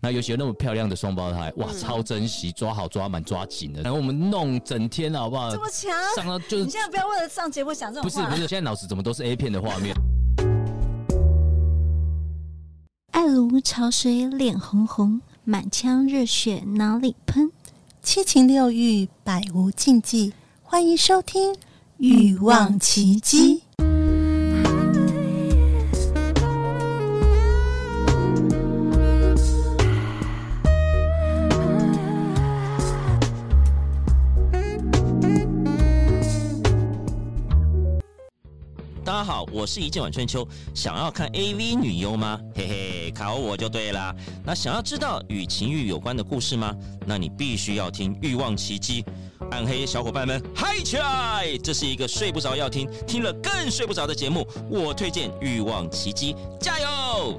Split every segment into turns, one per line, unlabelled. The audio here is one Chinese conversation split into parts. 那尤其有那么漂亮的双胞胎，哇，超珍惜，抓好抓满抓紧的。然后我们弄整天了好不好？
这么强
上到就是
你现在不要为了上节目想这
不
种
是
话。
不是，现在脑子怎么都是 A 片的画面？
爱如潮水，脸红红，满腔热血哪里喷？
七情六欲，百无禁忌。欢迎收听《
欲望奇迹》。
大家好，我是一见晚春秋。想要看 AV 女优吗？嘿嘿，考我就对啦。那想要知道与情欲有关的故事吗？那你必须要听《欲望奇迹》。暗黑小伙伴们嗨起来！这是一个睡不着要听，听了更睡不着的节目。我推荐《欲望奇迹》，加油！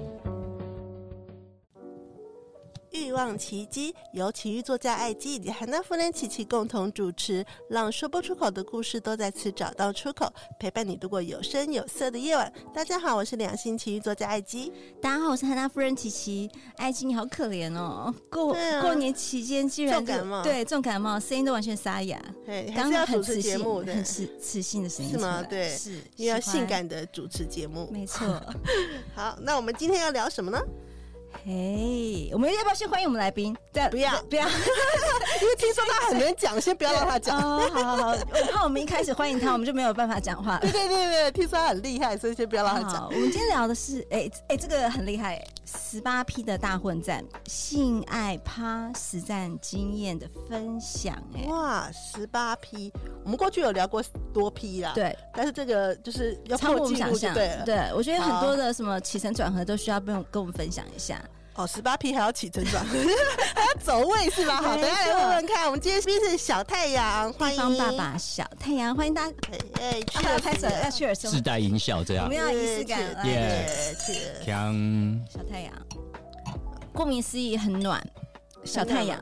欲望奇迹》，由奇遇作家艾姬以及韩娜夫人琪琪共同主持，让说不出口的故事都在此找到出口，陪伴你度过有声有色的夜晚。大家好，我是两性奇遇作家艾姬。
大家好，我是汉娜夫人琪琪。艾姬，你好可怜哦，过、
对啊
过年期间居然
重感
就
冒
对重感冒，声音都完全沙哑。
嘿，还
刚
是要
刚
主
很
持
磁
节
性，
目的，
很磁磁性的声音
是吗
出来
对
是
又要
喜
性
欢
感的主持节目。
没 错，
好，那我们今天要聊什么呢？
嘿，我们要不要先欢迎我们来宾？再
不要
不要
因为听说他很能讲，先不要让他讲。
哦，好好好，我怕我们一开始欢迎他，我们就没有办法讲话了
对。对对对，听说他很厉害，所以先不要让他讲
好，。我们今天聊的是，哎、哎、这个很厉害，十八 P 的大混战，性爱趴实战经验的分享、哎，
哇，十八批，我们过去有聊过多批啦，，
对，
但是这个就是要
超乎
破
我
纪
们想
录就
象，
对了，，
对我觉得
好
很多的什么起承转合都需要跟我跟我们分享一下。
哦，十八批还要起承转合， 还要走位是吧？好，
没
等一下来
错
问问看，我们今天这边是小太阳，欢
地
迎
方爸，爸小太阳，欢迎大家，
哎哎，去
啊、
了
拍手要 cheers，
自带音效这
我
样
们，要有仪式感，哎
Yeah，
yeah
来，
去了，
锵，
小太阳，顾名思义很暖，小太阳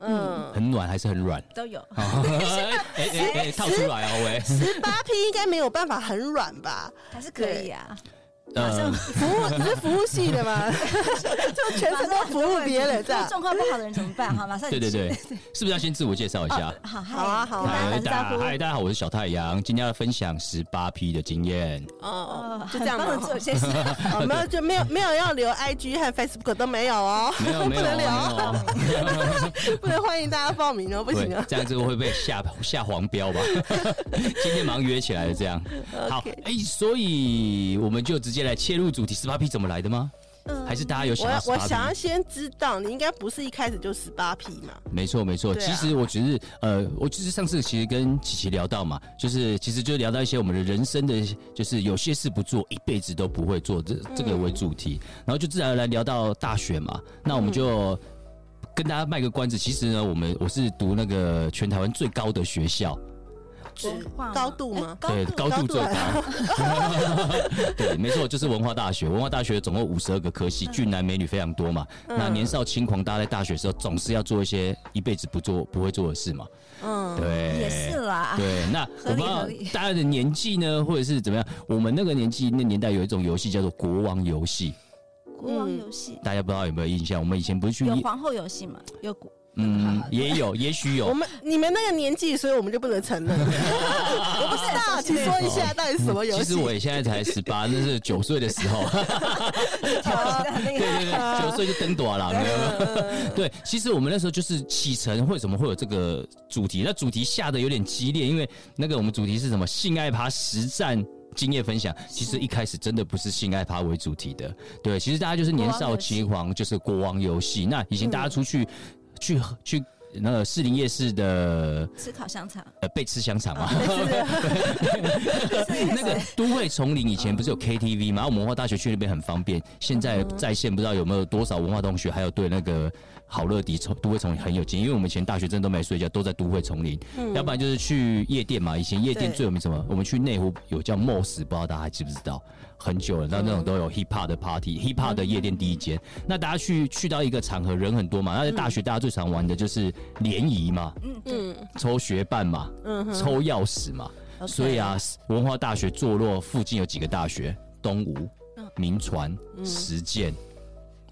嗯，
很暖还是很软？
都有。
哎哎哎，套出来哦喂，
十八批应该没有办法很软吧？
还是可以啊，
呃，
服务你是服务系的吗？ 就全程都服务别人这样。
状况不好的人怎么办？好，马上
对对对，是不是要先自我介绍一下？
好，
好啊好啊
嗨
嗨
跟大家打
大
个招呼
嗨，。大家好，我是小太阳，今天要分享十八 P 的经验。
哦，
呃
就
很
这样
棒的
吧
自。我介绍，
哦，没有就没有没有要留 IG 和 Facebook 都没有哦，
没有 没有啊
不能
没
聊，
有，
不能欢迎大家报名哦，不行
对
啊，。
这样子会被下下黄标吧？ 今天马上约起来了，这样。好
OK，
哎，所以我们就直接来切入主题，十八 P 怎么来的吗？还是大家有想
我
要
要
十
嗯我
八 P？
想要先知道，你应该不是一开始就十八 P 嘛？
没错，没错。
对啊
其实我只是呃，我就是上次其实跟琪琪聊到嘛，就是其实就聊到一些我们的人生的，就是有些事不做，一辈子都不会做，这
嗯
这个为主题，然后就自然而然聊到大学嘛。那我们
嗯
就跟大家卖个关子，其实呢，我们我是读那个全台湾最高的学校，
是
文化吗哎
高度吗？
对，高度最
高度
高。 对，没错，就是文化大学。文化大学总共五十二个科系，俊男美女非常多嘛。那年少轻狂，大家在大学的时候总是要做一些一辈子不做不会做的事嘛。
嗯，
对，
也是啦，啊
对，那我不知
合
道
理合理
大家的年纪呢，或者是怎么样？我们那个年纪那年代有一种游戏叫做国王游戏，
国
嗯
王游戏
大家不知道有没有印象？我们以前不是去
有
夜，
皇后游戏嘛，有国
嗯，
也
也有，也许
我
有。
们你们那个年纪，所以我们就不能承 认。我不知道，请说一下到底是什么游
其
戏？
实我也现在才十八，那是九岁的时候，
哦
很厉
对
害，
对对，九岁就登短了，没有没有 对，其实我们那时候就是启程，为什么会有这个主题？那主题下的有点激烈，因为那个我们主题是什么？性爱爬实战。经验分享，其实一开始真的不是性爱趴为主题的，对，其实大家就是年少轻狂，就是国王游戏。那以前大家出去、去去那个士林夜市的
吃烤香 肠，
呃被吃香肠嘛，
那
那个都会丛林以前不是有 KTV 吗？然后我们文化大学去那边很方便。现在在线不知道有没有多少文化同学，还有对那个好乐迪丛都会丛林很有劲，因为我们以前大学真的都没睡觉，都在都会丛林。要不然就是去夜店嘛，以前夜店
对
最有名什么？我们去内湖有叫 Moss，不知道大家还知不知道？很久了，那那种都有 hip hop 的 party，hip hop 的夜店第一间。那大家去去到一个场合，人很多嘛。那在大学大家最常玩的就是联谊嘛，
嗯
抽学伴嘛，
嗯哼，
抽钥匙嘛。
OK
所以啊，文化大
嗯
学坐落附近有几个大学：东吴、民传、实践。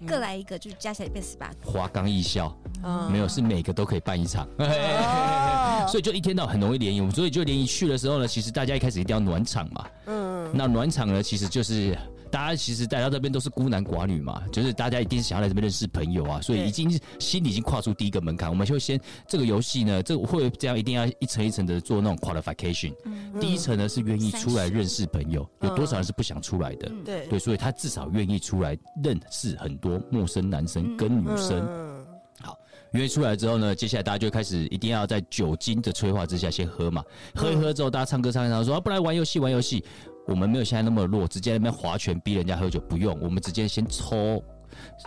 各来一个，就加起来变十八个。
华冈艺校
嗯
没有，是每个都可以办一场，
哦
所以就一天到晚很容易联谊。所以就联谊去的时候呢，其实大家一开始一定要暖场嘛。
嗯，
那暖场呢，其实就是大家其实来到这边都是孤男寡女嘛，就是大家一定是想要来这边认识朋友啊，所以
对
已经心里已经跨出第一个门槛。我们就先这个游戏呢，这个会这样一定要一层一层的做那种 qualification。第
嗯
一层呢是愿意出来认识朋友，有多少人是不想出来的？
对
对，所以他至少愿意出来认识很多陌生男生跟女生。
嗯
约出来之后呢，接下来大家就开始一定要在酒精的催化之下先喝嘛，喝一喝之后大家唱歌唱一唱，说、啊、不然玩游戏玩游戏。我们没有现在那么弱，直接在那边划拳逼人家喝酒，不用，我们直接先抽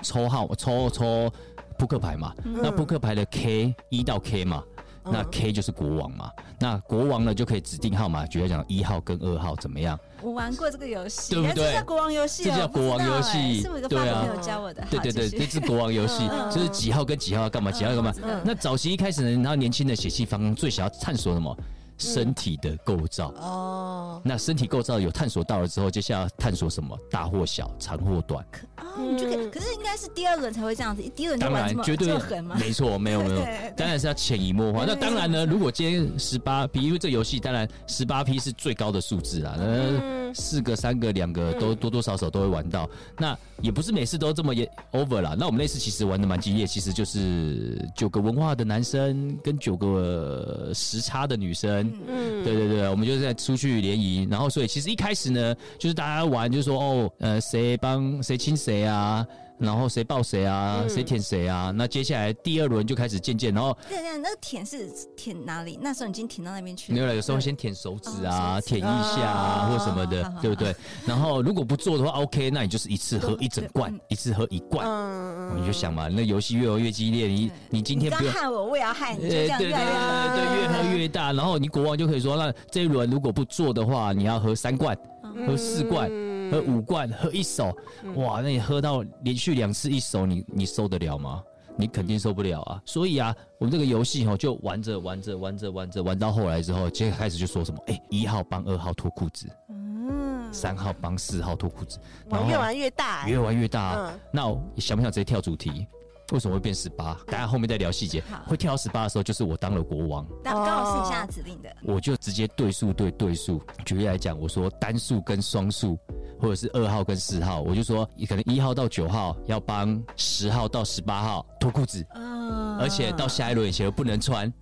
抽号抽抽扑克牌嘛。
嗯
那扑克牌的 K 一到 K 嘛，那 K 就是国王嘛。那国王呢就可以指定号码，举例讲一号跟二号怎么样？
我玩过这个游戏，
对不
哎
对
这叫国王游戏哦，
这叫
我不知道
国王游
哎
戏
是我一个
对
法
啊
国朋友教我的。
对对对，这
对，
是国王游戏，
嗯
就是几号跟几号要干嘛，几号要干嘛。
嗯
那早期一开始呢，然后年轻的血气方刚最想要探索什么？身体的构造。
哦，
那身体构造有探索到了之后，接下来要探索什么？大或小，长或短。
哦，你就可
嗯
以，可是应该是第二轮才会这样子，第一轮就
当
玩
然
这，么
绝对
这么狠吗？
没错，没有没有
对对，
当然是要潜移默化。那当然呢，如果今天十八 P，因为这游戏当然十八 P 是最高的数字啦，
嗯
呃，四个、三个、两个都多多少少都会玩到。那也不是每次都这么也 over 啦。那我们那次其实玩的蛮激烈，其实就是九个文化的男生跟九个呃时差的女生。
嗯
对对对，我们就是在出去联谊，然后所以其实一开始呢，就是大家玩，就是说哦，呃，谁帮谁亲谁啊，然后谁抱谁啊，
嗯
谁舔谁啊。那接下来第二轮就开始渐渐，然后
对对，那个舔是舔哪里？那时候已经舔到那边去
没有
了。
了，有时候先舔手指啊，
哦手指
舔一下啊，
哦
或什么的
好好，好
对不对？然后如果不做的话，OK，那你就是一次喝
都
一整罐
嗯，
一次喝一罐。哦
嗯
你就想嘛，那游戏越玩越激烈，你
对
你今
你
天
刚
不要。
害我，我也要害你，就
呃
这样
对对
越来越狠。
对，越喝越大，然后你国王就可以说，那这一轮如果不做的话，你要喝三罐，
嗯
喝四罐，
嗯
喝五罐，喝一手，哇，那你喝到连续两次一手，你你受得了吗？你肯定受不了啊！所以啊，我们这个游戏哦，就玩着玩着玩着玩着玩到后来之后，接着开始就说什么，哎、一号帮二号脱裤子，
嗯，
三号帮四号脱裤子，然
玩
后
越玩越大，哎
越玩越大啊、
嗯
那我想不想直接跳主题？为什么会变十八？大家后面再聊细节
好。
会跳到十八的时候，就是我当了国王，
但刚好是你下指令的。
我就直接对数对对数。举例来讲，我说单数跟双数，或者是二号跟四号，我就说可能一号到九号要帮十号到十八号脱裤子，
嗯，
而且到下一轮以前都不能穿。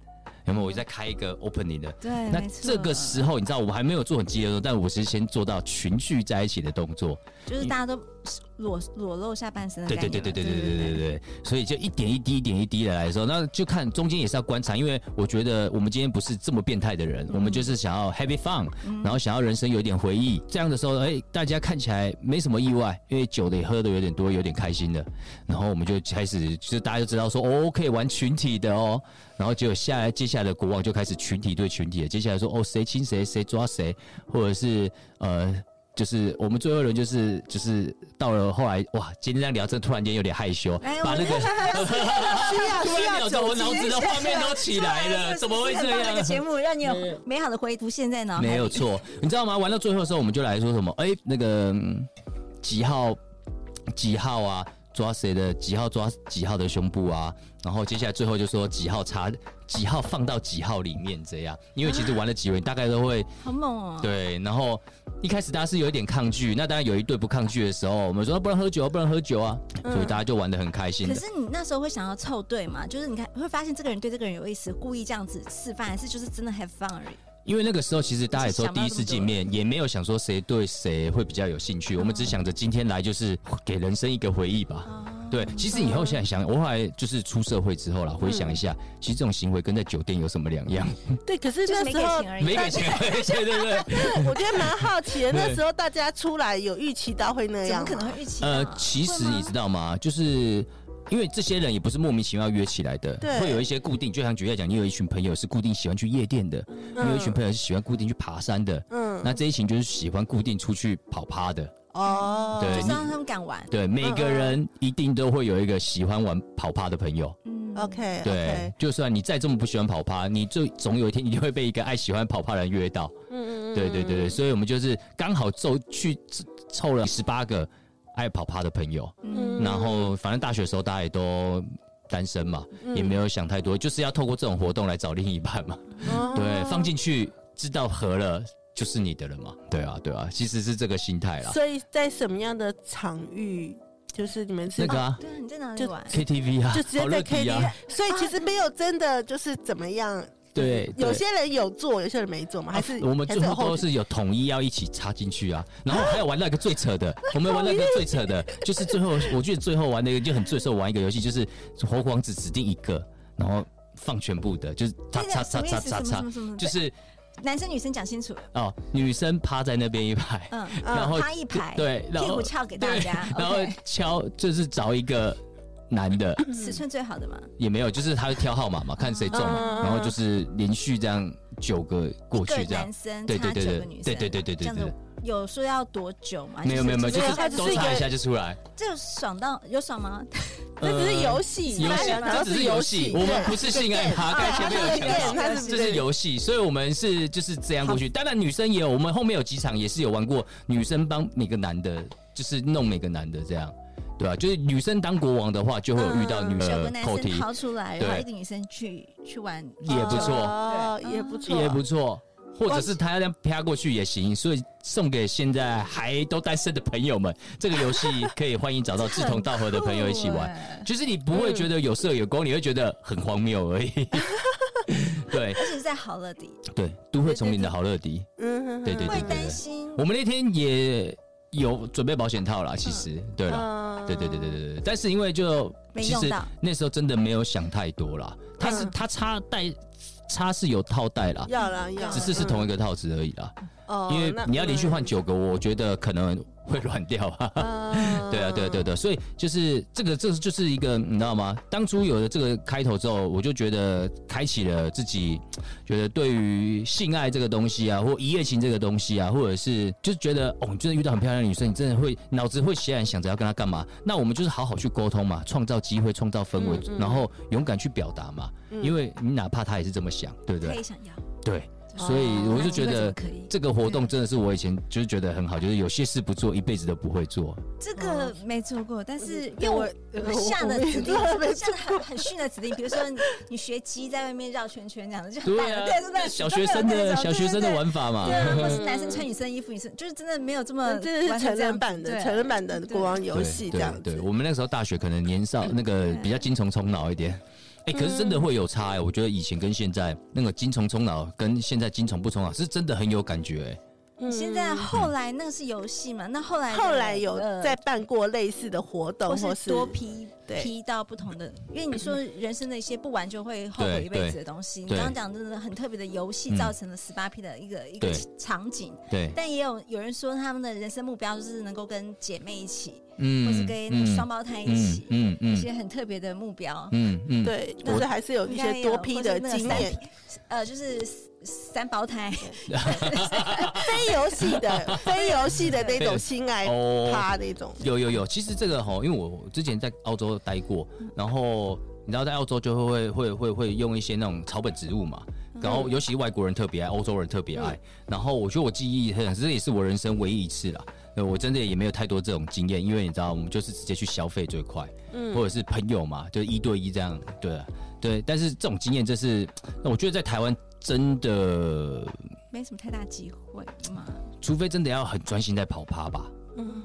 有没有？我再开一个 opening 的。
对，
那
没错
这个时候，你知道我还没有做很激烈的动作，但我是先做到群聚在一起的动作。
就是大家都裸裸露下半身的
对
概
对
念
对
嘛。
对对对
对
对对对，所以就一点一滴一点一滴的来说，那就看中间也是要观察，因为我觉得我们今天不是这么变态的人，
嗯
我们就是想要 happy fun，、然后想要人生有一点回忆。这样的时候，哎，大家看起来没什么意外，因为酒的也喝的有点多，有点开心的，然后我们就开始，就是大家就知道说，哦，可以玩群体的哦。然后结果下来，接下来的国王就开始群体对群体了。接下来说，哦，谁亲谁，谁抓谁，或者是呃，就是我们最后一轮就是就是到了后来，哇，今天这样聊，真的突然间有点害羞，
哎
把那 个
需 要
突
需
然
要
秒钟我
酒
脑子的画面都起来 了，怎么会这
这个节
样？
目让你有美好的回忆浮现在脑海 里
没有错，你知道吗？玩到最后的时候，我们就来说什么？哎、那个嗯几号几号啊？抓谁的几号抓几号的胸部啊？然后接下来最后就说几号插几号放到几号里面这样，因为其实玩了几轮，大概都会
好猛哦！
对，然后一开始大家是有一点抗拒，那当然有一对不抗拒的时候，我们说不然喝酒啊，不然喝酒啊，所以大家就玩的很开心
可
的。
是你那时候会想要凑对嘛？就是你看会发现这个人对这个人有意思，故意这样子示范，还是就是真的 have fun 而已？
因为那个时候其实大家也说第一次见面，也没有想说谁对谁会比较有兴趣，我们只想着今天来就是给人生一个回忆吧。对，
哦
其实以后现在想，我后来就是出社会之后啦，回想一下，其实这种行为跟在酒店有什么两样？
对，可是
就是
那
没
时
给
候
钱而已。
没给钱，哎对对对。
我觉得蛮好奇的，
对
那时候大家出来有预期到会那
怎么
样
可能
吗？
会预期到啊？
呃，其
会
实
吗
你知道吗？就是因为这些人也不是莫名其妙约起来的，
对
会有一些固定。就像举例来讲，你有一群朋友是固定喜欢去夜店的，你有一群朋友是喜欢固定去爬山的，
嗯，
那这一群就是喜欢固定出去跑趴的。
哦，
对呃你
就是让他们敢玩。
嗯
对，每个人一定都会有一个喜欢玩跑趴的朋友。
嗯
，OK，
对，，就算你再这么不喜欢跑趴，你就总有一天一定会被一个爱喜欢跑趴的人约到。
嗯嗯嗯，
对对对对，所以我们就是刚好凑去凑凑了十八个。爱跑趴的朋友，
嗯，
然后反正大学的时候大家也都单身嘛，
嗯
也没有想太多，就是要透过这种活动来找另一半嘛。
哦
对，放进去知道合了就是你的了嘛。对啊，对啊，其实是这个心态啦。
所以在什么样的场域，就是你们是、
那个啊
对啊，你在哪里
就
玩？
，KTV 啊
就直，
好
接
乐
在
迪
KTV，、
啊，
所以其实没有真的就是怎么样。
对，
有
对
些人有做，有些人没做嘛，还是、
啊我们
还
最
有
后
后
都是有统一要一起插进去啊，然后还有玩到一个最扯 的，我们玩到一个最扯的，就是最后我记得最后玩的一个就很最时候玩一个游戏，就是火皇只指定一个，然后放全部的，就是
那
叉叉
个什
叉
么意
叉
思
叉
什
叉
么什么什么，
就是
男生女生讲清楚，
哦，女生趴在那边一排，
嗯，
然后
趴一排，
对，然
屁
后
股翘给大家，
然后嗯
OK
敲就是找一个男的，
尺寸最好的嘛，
也没有，就是他会挑号码嘛，看谁中嘛，
嗯
然后就是连续这样九个过
一个
去这样
男。生
对
插
对
九
对
个
对
女生，
对对对对
这
对
样
对
子。有说要多久吗？
没有没有没有，就
没有
是
它只
都
是一
插
个
一下就出来。
就爽到有爽吗？
这只是游戏，
呃游
大
戏
家讲
这
到
只
是啊
是游戏，我们不是性爱趴，刚
对
才前面有强调。
它是一个 game，它是
这是游戏，所以我们是就是这样过去。当然，女生也有，我们后面有几场也是有玩过，女生帮每个男的，就是弄每个男的这样，对吧、啊就是女生当国王的话， 就会有遇到
嗯
女
嗯九个
的
男
扣
生
题，
掏出来，然后
对
一个女生去去玩，
也不错，
哦
对
也不错，
也不错。或者是他要这样啪过去也行，所以送给现在还都单身的朋友们，这个游戏可以欢迎找到志同道合的朋友一起玩。
玩，
就是你不会觉得有色有光，你会觉得很荒谬而已。对
而且是在好乐迪，
对，都会丛林的好乐迪，
嗯哼哼
对对
会
对
担心
我们那天也有准备保险套啦，其实对啦，
嗯
对对对对对对，但是因为就
没
其
用
实
到
那时候真的没有想太多啦，它是
嗯
它插带插是有套带啦，
要啦要啦，
只是是同一个套子而已啦，
嗯哦
因为
那
你要连续换九个，我觉得可能会乱掉啊。
嗯
对啊，对啊对啊对啊，所以就是这个，这就是一个，你知道吗？当初有了这个开头之后，我就觉得开启了自己，觉得对于性爱这个东西啊，或一夜情这个东西啊，或者是就是觉得哦，你真的遇到很漂亮的女生，你真的会脑子会显然想着要跟她干嘛？那我们就是好好去沟通嘛，创造机会，创造氛
嗯
围，然后勇敢去表达嘛，因为你哪怕她也是这么想，对不
可
对
以？想要，
对，所以
哦
我就觉得。
可以。
这个活动真的是我以前就是觉得很好，就是有些事不做，一辈子都不会做。
这个没做过，但是因为
我
我我下的指令，
我
我下的很很训的指令，比如说你你学鸡在外面绕圈圈这样子，就很
对
烂
啊
了，对对对，
小学生的小学生的
玩。
玩法嘛
对。啊，或是男生穿女生衣服，女生就是真的没有这么
嗯这是
玩成
成
这样
人版的
对
成人版的国王游
对
戏这
对
样子，
对，我们那时候大学可能年少那个
嗯
比较精虫充脑一点。哎、可是真的会有差哎、我觉得以前跟现在那个精虫充脑跟现在精虫不充脑是真的很有感觉哎、
嗯
现在后来那个是游戏嘛，那后来的
后来有
呃
在办过类似的活动，
或
或
是多批
对嗯
批到不同的，因为你说人生的一些不玩就会后悔一辈子的东西。你
对
刚刚讲真的很特别的游戏
嗯
造成了十八 P 的一个一个
对
场景，
对，
但也有有人说他们的人生目标就是能够跟姐妹一起，
嗯
或是跟那个双胞胎一起，
嗯
一
嗯
些很特别的目标。
嗯嗯，嗯，
对，
那
就是还是有一
应该
些
有
多批 的
或是
经
那个
验，
呃，就是三 胞胎，
非游戏 的非游戏的那
非游
种心爱
哦
趴那种，
有有有，其实这个哈，因为我之前在澳洲待过，然后你知道在澳洲就会会会会用一些那种草本植物嘛，然后尤其是外国人特别爱，欧洲人特别爱。然后我觉得我记忆很，这也是我人生唯一一次啦。呃我真的也没有太多这种经验，因为你知道，我们就是直接去消费最快，
嗯
或者是朋友嘛，就一对一这样，对啊对。但是这种经验，这是那我觉得在台湾真的
没什么太大机会嘛。
除非真的要很专心在跑趴吧。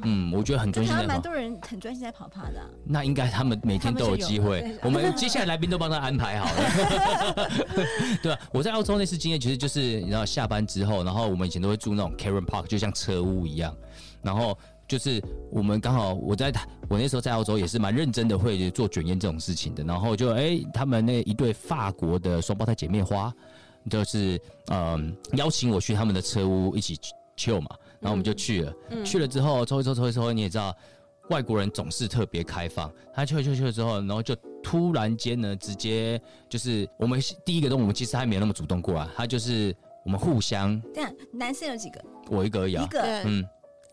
嗯我觉得很专
但
心
台
在
湾
跑
蛮。多人很专心在跑趴的啊、
那应该他们每天都有机会
他们是有。
我们 接下来来宾都帮他安排好了。 对啊，我在澳洲那次经验其实就是，你知道下班之后，然后我们以前都会住那种 Karen Park，就像车屋一样，然后。就是我们刚好我在我那时候在澳洲也是蛮认真的会做卷烟这种事情的，然后就哎、他们那一对法国的双胞胎姐妹花，就是嗯邀请我去他们的车屋一起 chill 嘛，然后我们就去了，
嗯
去了之后抽一抽抽一抽，你也知道外国人总是特别开放，他去了去了去了之后，然后就突然间呢，直接就是我们第一个动作，我们其实还没有那么主动过啊，他就是我们互相
但男生有几个？
我一个而已
一
啊，
个，
嗯，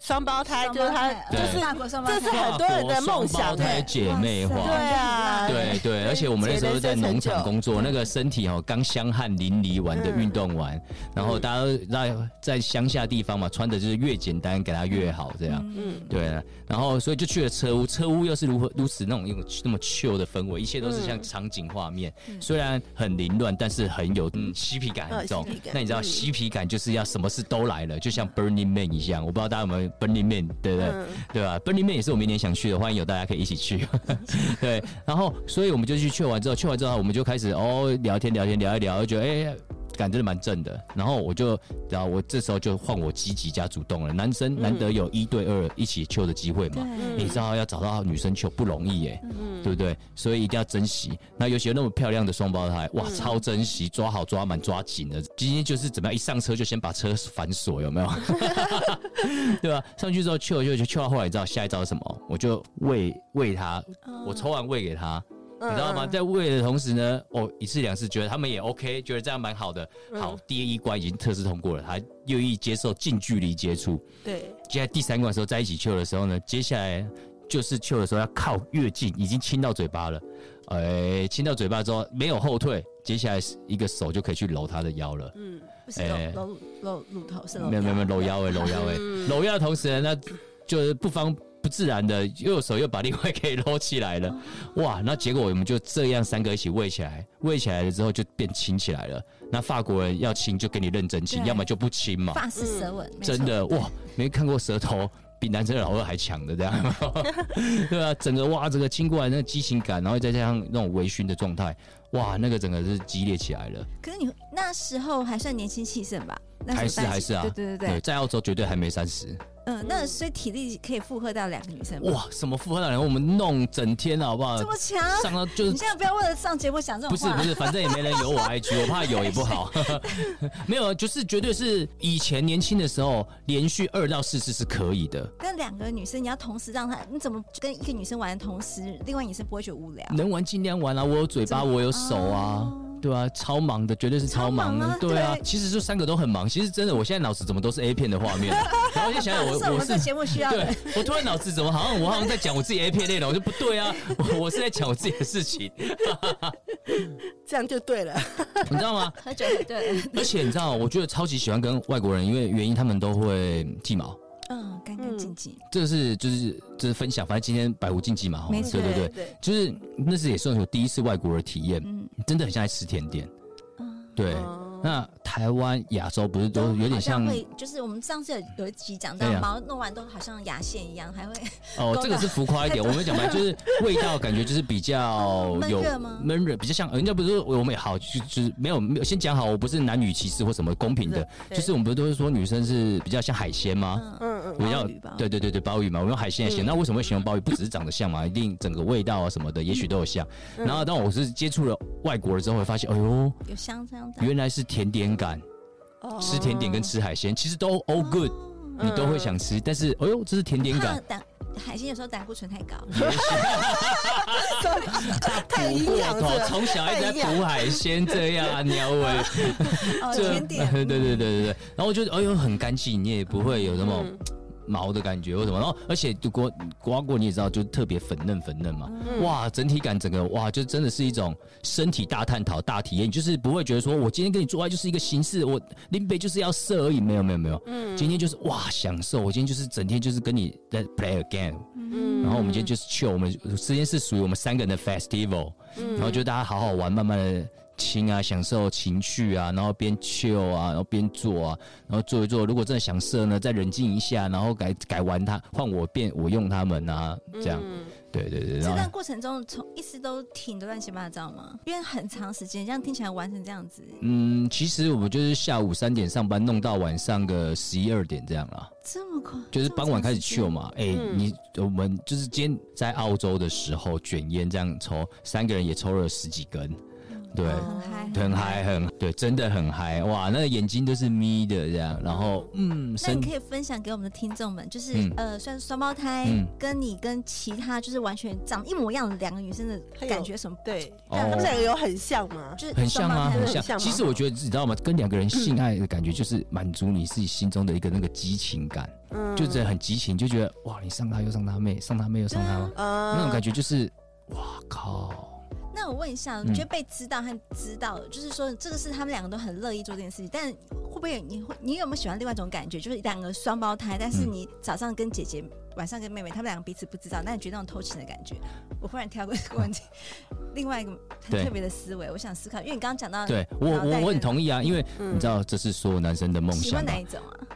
双胞胎，
双
就
胞
是哎他
胎，
就
呃
是
法国双胞
这是
胎，
很多人的梦想
法国双胞胎
哎
姐妹
哇
花
塞。
对啊
对对，而且我们那时候在农场工作，那个身体哦刚香汗淋漓完
嗯
的运动完，然后大家在在乡下地方嘛，穿的就是越简单给他越好这样。
嗯，
对，啊然后所以就去了车屋，车屋又是如何如此那种用那么 chill 的氛围，一切都是
嗯
像场景画面，虽然很凌乱，但是很有嗯嬉皮感很重
嗯嬉皮。感
那你知道
嗯
嬉皮感就是要什么事都来了，就像 Burning Man 一样，我不知道大家有没有 Burning Man，对不对？
嗯
对吧？Burning Man 也是我明年想去的，欢迎有大家可以一起去。对，然后所以我们就去去完之后，去完之后我们就开始哦聊天聊天聊一聊，就觉得哎。感真的蛮正的，然后我就，然后我这时候就换我积极加主动了。男生难得有一对二一起 Q 的机会嘛，
嗯
你知道要找到女生球不容易耶、
嗯
对不对？所以一定要珍惜。那尤其有那么漂亮的双胞胎，哇，
嗯
超珍惜，抓好抓满抓紧了。今天就是怎么样，一上车就先把车反锁，有没 有？对吧、上去之后 c h 就 c h 到后来，你知道下一招是什么？我就喂喂他，
嗯
我抽完喂给他。你知道吗？
嗯
在喂的同时呢，哦，一次两次觉得他们也 OK，觉得这样蛮好的。
嗯
好，第一关已经测试通过了，他愿意接受近距离接触。
对，
接下来第三关的时候在一起秀的时候呢，接下来就是秀的时候要靠越近，已经亲到嘴巴了，哎、亲到嘴巴之后没有后退，接下来一个手就可以去搂她的腰了。
嗯
不是
哎
露露露乳头是露
没有没有没有搂腰哎、搂腰哎、
嗯
搂腰的同时呢，那就是不方不自然的右手又把另外一个给搂起来了，哇！那结果我们就这样三个一起喂起来，喂起来了之后就变亲起来了。那法国人要亲就给你认真亲，
对
要么就不亲嘛。
发式舌吻，
嗯
没错
真的哇，没看过舌头比男生的老二还强的这 样， 对啊，整个哇，整个亲过来那个激情感，然后再加上那种微醺的状态，哇，那个整个是激烈起来了。
可是你那时候还算年轻气盛吧？那时候
还是
三十
还是啊
对对对
对，
对，
在澳洲绝对还没三十，
嗯，那所以体力可以负荷到两个女生吧，
哇，什么富二代，我们弄整天了好不好
这？么强！
上到就
你
是。
现在不要为了上节目想这
不
种
是
话，
不是，反正也没人有 我 IG，我怕有也不好。没有，就是绝对是以前年轻的时候，连续二到四次是可以的，
跟两个女生，你要同时让她，你怎么跟一个女生玩的同时，另外女生不会觉得无聊？
能玩尽量玩啊，我有嘴巴，
真的
我有手啊
哦。
对啊，超忙的，绝对是超忙的。
超忙啊
对啊，
对
其实就三个都很忙。其实真的，我现在脑子怎么都是 A 片的画 面，然后我就想想
这是
我
啊我
我
们
是
这节目需要的
对。我突然脑子怎么好像我好像在讲我自己 A 片内容，我就不对啊， 我我是在讲我自己的事情，
这样就对了。
你知道 吗？
喝酒 对，
而且你知道，我觉得超级喜欢跟外国人，因为原因他们都会剃毛。
嗯，干干净净，
这是就是就是分享，反正今天百无禁忌嘛，哈
没错
对对对，
对，
就是那是也算是我第一次外国的体验，
嗯
真的很像在吃甜点。
嗯。
对，
哦
那台湾、亚洲不是都有点像
好会，就是我们上次有有一集讲到
哎呀
毛弄完都好像牙线一样，还会
哦，这个是浮夸 一点。我们讲白，就是味道感觉就是比较
闷
哦有
热吗
闷热，比较像人家不是说我们也好，就就是没有没有先讲好，我不是男女歧视或什么公平的，
对
就是我们不是都是说女生是比较像海鲜吗？
嗯嗯，
比较
鲍鱼吧嗯
对对对对鲍鱼嘛，我们用海鲜来形容。那为什么会形容鲍鱼？不只是长得像嘛，一定整个味道啊什么的，也许都有像。然后当我是接触了外国了之后，会发现，哎呦，
有香这样的。
原来是甜点感，
哦
吃甜点跟吃海鲜其实都 all good，你
嗯
都会想吃，但是哎呦，这是甜点
怕
感，
哦 胆海鲜有时候胆固醇 太高，
太营养
我靠
了，
哦从小一直在
太营
补海鲜这样啊，鸟尾。
哦，
这
甜点
对对对对对。然后我觉得，哎呦，很干净，你也不会有什么
嗯
毛的感觉或什么。然后，而且就国瓜果你也知道，就特别粉嫩粉嫩嘛。
嗯
哇，整体感整个哇，就真的是一种身体大探讨、大体验，就是不会觉得说我今天跟你做爱就是一个形式，我林北就是要射而已，没有没有没有。
嗯
今天就是哇享受，我今天就是整天就是跟你在 play again。
嗯
然后我们今天就是 chill，我们时间是属于我们三个人的 festival，、然
嗯
后就大家好好玩，慢慢的亲啊，享受情趣啊，然后边 chill 啊，然后边做啊，然后做一做，如果真的想射呢，再冷静一下，然后改改完它，换我变我用它们啊，这样，
嗯
对对对，
这
然
段
后
过程中，从一直都挺的乱七八糟嘛，因为很长时间，这样听起来玩成这样子，
嗯，其实我们就是下午三点上班，弄到晚上个十一二点这样啦。
这么快，
就是傍晚开始
这
chill
么
嘛，哎、你我们就是今天在澳洲的时候卷烟这样抽，三个人也抽了十几根，对。
哦很嗨，
很嗨，很对，真的很嗨哇！那个眼睛都是眯的这样，然后嗯，
那
身
你可以分享给我们的听众们，就是、
嗯
呃，算是双胞胎，
嗯
跟你跟其他就是完全长得一模一样的两个女生的感觉什么？
对，
哦
他们两个有很像吗？
就是
很像吗？
双胞
很
胎
像
很。像吗
其实我觉得，你知道吗？跟两个人性爱的感觉，就是满足你自己心中的一个那个激情感，
嗯
就真的很激情，就觉得哇，你上他又上他妹，上他妹又上他
对啊
妈，
啊
那种感觉就是哇靠，
那我问一下，
嗯
你觉得被知道和知道，就是说这个是他们两个都很乐意做这件事情，但会不会你会你有没有喜欢另外一种感觉，就是两个双胞胎，但是
嗯
你早上跟姐姐，晚上跟妹妹，他们两个彼此不知道，那你觉得那种偷情的感觉？我忽然跳过这个问 题，另外一个很
对
特别的思维，我想思考，因为你刚刚讲到
对我
嗯脑袋
我我很
跟
同意啊，因为
嗯
你知道这是所有男生的梦
喜
想
欢
嘛
哪。一种啊？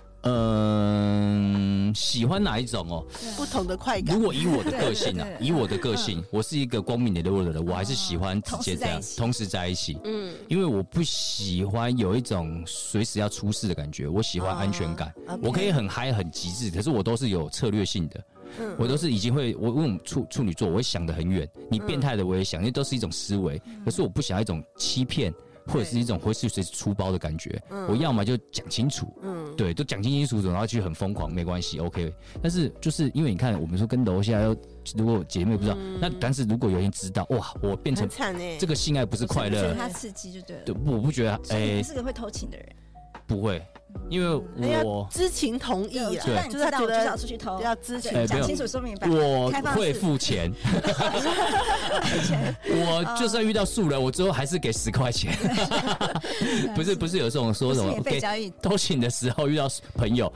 嗯，喜欢哪一种哦？
嗯
啊
不同的快感
如。果以我的个性啊
对对，对
以我的个性，我是一个光明磊落的人，我还是喜欢直接这样
同时在一起
同时在一起，
嗯，
因为我不喜欢有一种随时要出事的感觉，我喜欢安全感。
啊，OK
我可以很嗨很极致，可是我都是有策略性的，
嗯
我都是已经会我因为我们处处女座，我会想得很远，你变态的我也想，因为都是一种思维，可是我不想要一种欺骗。或者是一种会是随时出包的感觉，我要么就讲清楚，
嗯，
对，都讲清清楚楚，然后去很疯狂，没关系，OK。但是就是因为你看，我们说跟楼下要，如果姐妹不知道，
嗯
那但是如果有人知道，哇，我变成
很惨哎，
这
个
个性爱不是快
你觉得
乐，
他刺激就对了。
对，不我不觉得，
所哎以你
哎
不，是个会偷情的人，
不会，因为我
知情同
对我
意
就
啊，
对
让你
就
知
是
道，
他觉
我就是
得
要出去偷，
要知情
对
哎没
讲
有
清楚说明白。
我
开放式
会付钱，
钱
我就
嗯
算遇到素人，我最后还是给十块钱， 不是不是有这种说
啊不
什
是
么
免费
给
交易，
偷情的时候遇到朋友，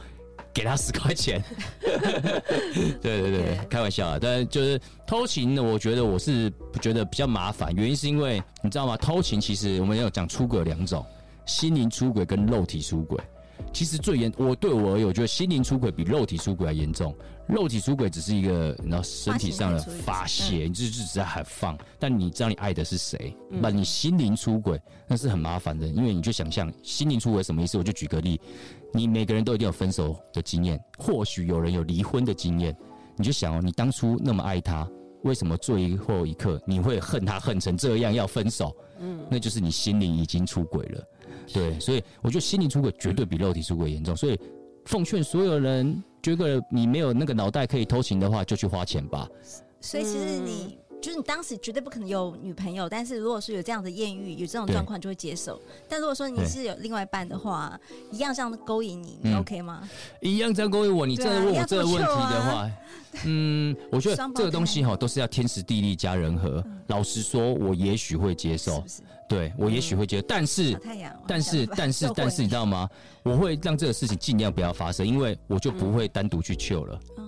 给他十块钱。 对对对对，开玩笑啊！但就是偷情呢，我觉得我是觉得比较麻烦，原因是因为你知道吗？偷情其实我们有讲出轨有两种，心灵出轨跟肉体出轨。其实最严，我对我而言，我觉得心灵出轨比肉体出轨还严重。肉体出轨只是一个，你知道身体上的发泄，你就是只是在喊放，但你知道你爱的是谁。那、你心灵出轨，那是很麻烦的，因为你就想象心灵出轨什么意思？我就举个例，你每个人都一定有分手的经验，或许有人有离婚的经验，你就想哦，你当初那么爱他，为什么最后一刻你会恨他恨成这样要分手？嗯，那就是你心灵已经出轨了。对，所以我觉得心灵出轨绝对比肉体出轨严重，所以奉劝所有人，觉得你没有那个脑袋可以偷情的话，就去花钱吧。
所以其实你、就是你当时绝对不可能有女朋友，但是如果说有这样的艳遇，有这种
对
状况就会接受。但如果说你
对
是有另外一半的话，一样这样勾引你，你
嗯
OK 吗？
一样张公益我，你真
啊
的问我这个问题的
对啊
话， 嗯，我觉得
双胞胎嗯
这个东西哈都是要天时地利加人和。老实说，我也许会接
是嗯
受
不，是？
对我也许会接受，但哦是
小太阳，
但是
小
但是但是你知道吗？我会让这个事情尽量不要发生，因为我就
嗯
不会单独去救了。
哦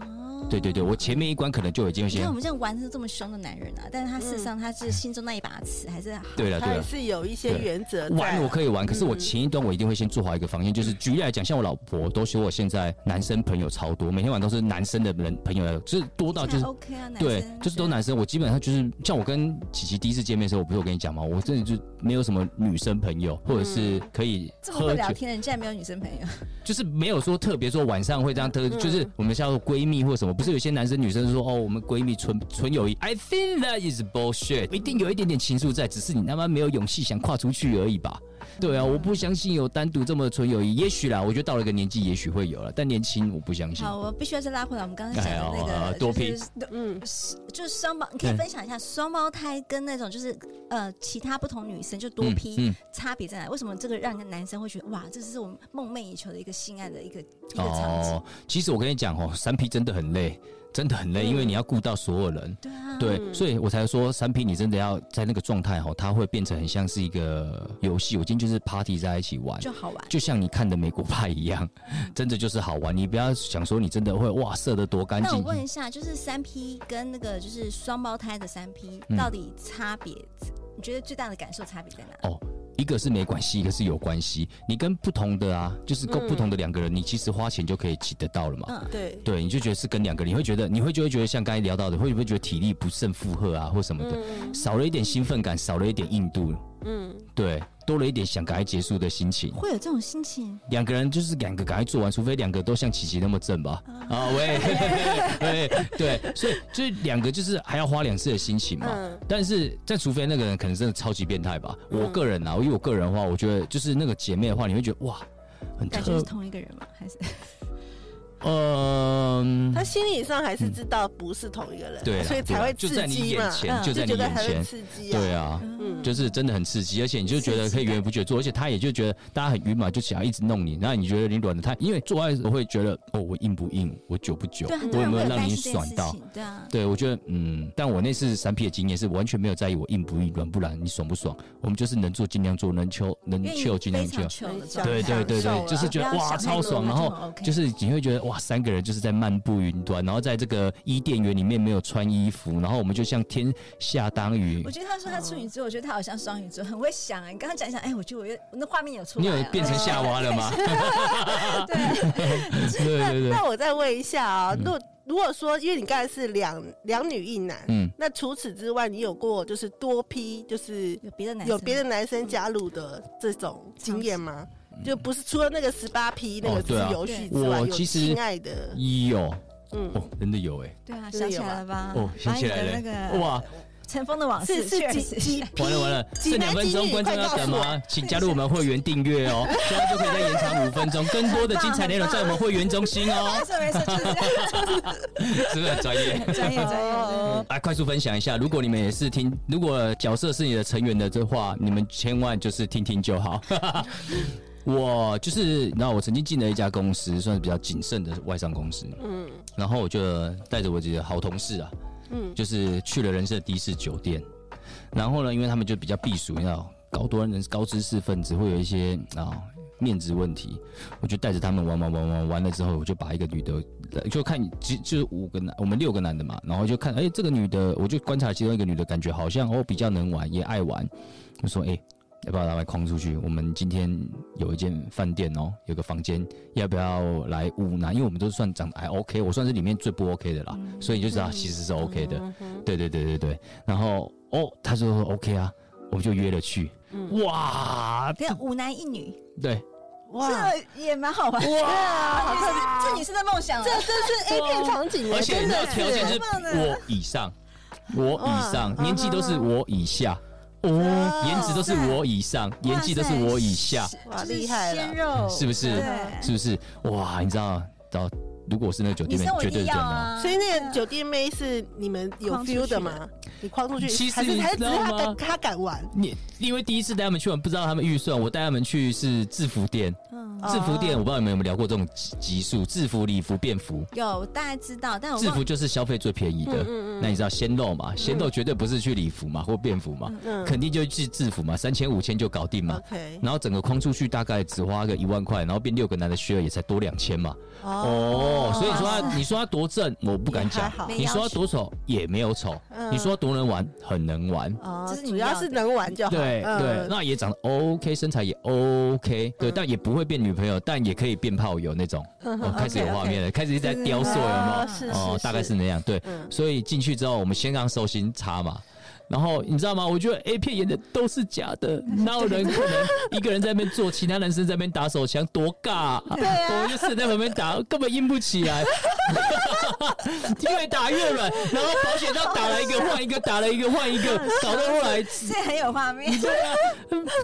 对对对，我前面一关可能就已经
你看
先
我们这样玩是这么凶的男人啊，但是他事实上他是心中那一把尺，还是好
哎对了
他
对
也
了。
是有一些原则在。
玩我可以玩，可是
嗯
我前一段我一定会先做好一个防线，就是举例来讲，像我老婆都说我现在男生朋友超多，每天晚上都是男生的人朋友来，就是多到就是
那 OK 啊，男
对，
生
就是都男生。我基本上就是像我跟琪琪第一次见面的时候，我不是有跟你讲吗？我真的就没有什么女生朋友，或者是可以
嗯这么
喝
会
酒
聊，天的人，竟然没有女生朋友，
就是没有说特别说晚上会这样特，
嗯
就是我们叫做闺蜜或什么。不是有些男生女生说哦，我们闺蜜纯纯友谊，I think that is bullshit，一定有一点点情愫在，只是你他妈没有勇气想跨出去而已吧。对啊，我不相信有单独这么纯友谊。也许啦，我觉得到了一个年纪，也许会有了，但年轻我不相信。
好，我必须要再拉回来，我们刚才
哎
讲的那
哦
个
哦多批
就是
嗯，
就是双胞，你可以
嗯
分享一下双胞胎跟那种就是呃其他不同女生就多批、
嗯嗯
差别在哪？为什么这个让人男生会觉得哇，这是我们梦寐以求的一个性爱的一个一个场景？
哦，其实我跟你讲哦，三 P 真的很累，真的很
嗯
累，因为你要顾到所有人。
对啊，
对，所以我才说三 P 你真的要在那个状态哦，它会变成很像是一个游戏，我今天就是 party 在一起玩。
就好玩。
就像你看的美国派一样，真的就是好玩。你不要想说你真的会哇射的多干
那我
净，
问一下，就是三 P 跟那个就是双胞胎的三 P
嗯
到底差别？你觉得最大的感受差别在哪？
哦，一个是没关系，一个是有关系。你跟不同的啊，就是跟不同的两个人，你其实花钱就可以起得到了嘛。
嗯
对，
对，你就觉得是跟两个人，你会觉得你会就会觉得像刚才
嗯
聊到的，会不会觉得体力不胜负荷啊，或什么的，少了一点兴奋感，少了一点硬度，
嗯，
对，多了一点想赶快结束的心情。
会有这种心情，
两个人就是两个赶快做完，除非两个都像琪琪那么正吧？啊喂， 对对，所以就是两个就是还要花两次的心情嘛。
嗯
但是，但除非那个人可能真的超级变态吧。我个人啊，以我个人的话，我觉得就是那个姐妹的话，你会觉得哇，很
感觉
特
是，同一个人吗？还是
嗯、
他心理上还是知道不是同一个人，
对啦
所以
对
才
啦
会
就
刺
在你
激
眼
嘛，
前，
嗯
就在你
觉得
眼
还
前
会，刺激啊，
对啊。
嗯，
就是真的很刺激，而且你就觉得可以源源不绝做，而且他也就觉得大家很晕嘛，就想要一直弄你，然后你觉得你软的太，因为做爱我会觉得哦，我硬不硬，我久不久，
对啊很
我
多人
没
会
有让
担
你
心这件
爽
事
到？
情，对啊，
对，我觉得嗯，但我那次三 P 的经验是完全没有在意我硬不硬、软不软、你爽不爽，我们就是能做尽量做，能求能
愿意
求尽量
非
求
常。chill 的状态
对对对
享受
对，
了
就是觉
不
得
要
哇
想太
超
多
爽，
那
然后
就 OK
就是你会觉得哇三个人就是在漫步云端，然后在这个伊甸园里面没有穿衣服，然后我们就像天下当雨
我，觉得他说他处女座，我觉得他好像双鱼座，很会想啊。你刚刚讲一想，哎，我觉得我有那画面有出来
你
了，
有变成夏娃了吗？
对，
对对嗯对，
那我再问一下啊、如果如果说，因为你刚才是两两女一男，
嗯，
那除此之外，你有过就是多批就是
有别的男生
有别的男生加入的这种经验吗？就不是除了那个十八批那
嗯哦
个自
对啊
由序之外，
我
有
其实
亲爱的，
有
嗯，
哦，真的有哎，
对啊，
真的
想
有
起来了吧？
哦，想起来
把
了
你的，那个
哇，
尘封的往
是
事
是
啊确
几
实 啊
几批
完了完了，
几
剩两
男
分
几
钟，
女
观众
快
要
告
等
诉我
吗？请加入我们会员订阅 哦，这样就可以再延长五分钟，更多的精彩内容在我们会员中心哦
没，错没错，就是这样，
是不是很专业？
专业专业。
哦
来快速分享一下，如果你们也是听，如果角色是你的成员的这话，你们千万就是听听就好。 我就是，然后我曾经进了一家公司，算是比较谨慎的外商公司，
嗯
然后我就带着我几个好同事啊，
嗯
就是去了人生的第一次酒店，然后呢，因为他们就比较避暑，你知道，高多人高知识分子会有一些啊、面子问题，我就带着他们玩玩玩玩完了之后，我就把一个女的，就看就就是五个男，我们六个男的嘛，然后就看，哎、这个女的，我就观察其中一个女的，感觉好像哦比较能玩，也爱玩，就说哎。要不要拿来框出去？我们今天有一间饭店哦，有个房间，要不要来五男？因为我们都算长得还 OK，我算是里面最不 OK 的啦，所以你就知道其实是 OK 的。对对对对对，然后哦，他就说 OK 啊，我们就约了去。哇，
你看五男一女，
对，
哇，
这也蛮好玩。
哇，好特别，
哇，这女生的梦想啊，
这这是 A 哎片场景
而
耶，
且
真
你知道
的
条件是
是，
棒的
我以上，我以上，
哇
年纪都是我以下，
哦
颜值都是我以上，年纪都是我以下，
哇，
就是
厉害
鲜
了，
肉
是不是
对
是不是？哇，你知道，到如果我是那个酒
女
店
生
妹，
我
绝
一
对
定
是
要
真的。
啊。
所以那个酒店妹是你们有
框出
feel
去
的
的
吗？你框出去，
其实
还是
你
还是
知
只
道
是他
吗
敢他敢玩？
你因为第一次带他们去玩，不知道他们预算，我带他们去是制服店，制服店我不知道你们有没有聊过这种级级数，制服、礼服、便服。
有，大概知道，哦但我
制
忘
服就是消费最便宜
嗯
的，那你知道鲜肉嘛？鲜肉绝对不是去礼服嘛或便服嘛，
嗯
肯定就是制服嘛，三千五千就搞定嘛。
OK
然后整个框出去大概只花个一万块，然后变六个男的需要也才多两千嘛。哦，所以说他你说他多正，我不敢
也还
讲
好；
你说他多丑也没有丑；你说他多能玩，很能玩。
哦
这是你
主要
要
是
的
能玩就好。
对
嗯
对，那也长得 OK，身材也 OK，对，但也不会变女朋友，但也可以变炮友那种。哦，开始有
OK，OK
画面了，开始一直在
是
雕塑，有没有
啊？是
哦，大概是那样。对，
嗯
所以进去之后，我们先让寿星擦嘛。然后你知道吗？我觉得 A 片演的都是假的，哪有人可能一个人在那边做，其他男生在那边打手枪，多尬、啊！对啊，我就是在旁边打，根本硬不起来， 越打越软。然后保险套打了一个换一个，打了一个换一
嗯
个，
啊
搞到后来
这很有画面，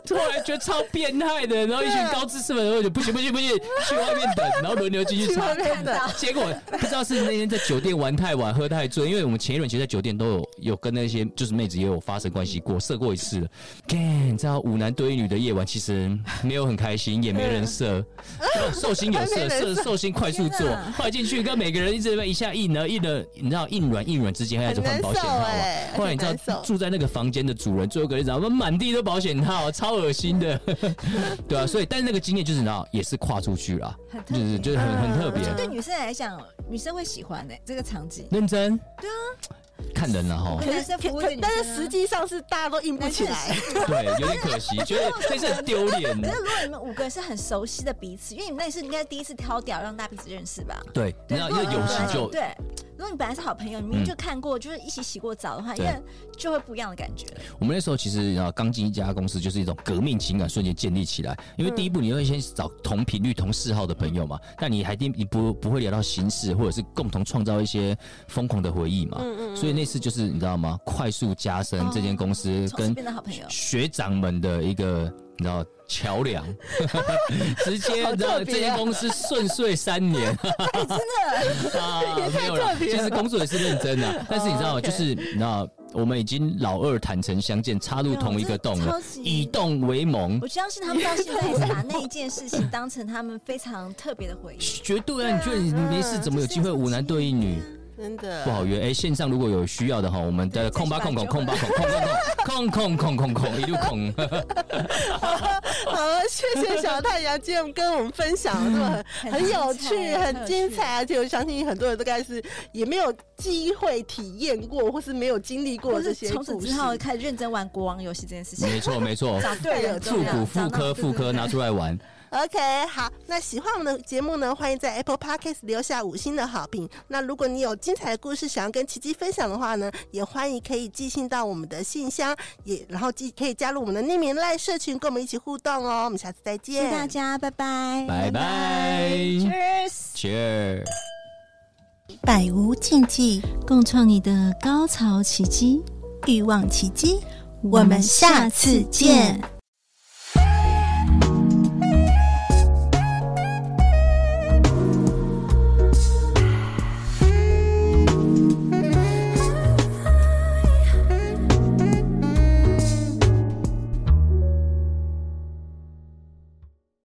突然觉得超变态的，然后一群高知识分子就不行不行不行，去外面等，然后轮流进去
去
查
外。面的
结果不知道是那天在酒店玩太晚，喝太醉，因为我们前一轮其实在酒店都有有跟那些就是妹子也有发生关系过，射过一次了。干，你知道五男对一女的夜晚其实没有很开心，也没人射， 寿星有
还没
射，
人
射寿星快速做
天哪，
后来进去跟每个人一直在那边一下硬呢硬呢，你知道硬软硬软之间还一直换保险套
很
嘛
难受欸，
后来你知
很难
道
受
住在那个房间的主人最后一个人，他们满地都保险套，超恶心的， 对啊，所以但是那个经验就是你知道也是跨出去了
很，
就
特别啊
是就是很很特别，
就对女生来讲，女生会喜欢的这个场景。
认真？对啊，看人了哈
可，男生服务
可
着女生啊
但是实际上是大家都硬不起来，
对，有点可惜，觉得这次很丢脸。
可是如果你们五个是很熟悉的彼此，因为你们那是应该第一次挑掉让大家彼此认识吧？
对，你知道，因为有
如果
时
你们
就嗯
对，如果你本来是好朋友，你明明就看过，就是一起洗过澡的话，因
对
为就会不一样的感觉。
我们那时候其实啊，刚进一家公司，就是一种革命情感瞬间建立起来。因为第一步，你会先找同频率、同嗜好的朋友嘛，但你还定你不不会聊到心事，或者是共同创造一些疯狂的回忆嘛。所以那次就是你知道吗？快速加深这间公司
从此
跟
变得好朋友，
学长们的一个你知道桥梁，直接你知道
特别
这
啊
间公司顺遂三年，真的啊，没有啦，其实工作也是认真的，但是你知道，
OK
就是你知道，我们已经老二坦诚相见，插入同一个洞
没有
了
这超，级
以洞为盟。
我相信他们到现在也是把那一件事情当成他们非常特别的回忆。
绝对啊！你觉得你没事，怎么有机会五男对一女？
啊
真的
不好约。哎、线上如果有需要的哈，我们的
对
控吧
再
控
去
控
把
控吧控控控控控控控控一路控。
好，谢谢小太阳今天跟我们分享，这么 很很有趣、很精彩，而且我相信很多人都该是也没有机会体验过，或是没有经历过
或
这
是
些
从此
故
之
事。
后开始认真玩国王游戏这件事情，
没错没错，
找对人很
复
重要
古复科复科拿出来玩。
OK，好，那喜欢我们的节目呢，欢迎在 Apple Podcast 留下五星的好评。那如果你有精彩的故事想要跟奇迹分享的话呢，也欢迎可以寄信到我们的信箱，也然后记可以加入我们的匿名赖社群，跟我们一起互动哦。我们下次再
谢
见，
谢大家，拜拜，
拜拜
，Cheers。
Cheers。
百无禁忌，
共创你的高潮奇迹。
欲望奇迹。
我们下次见。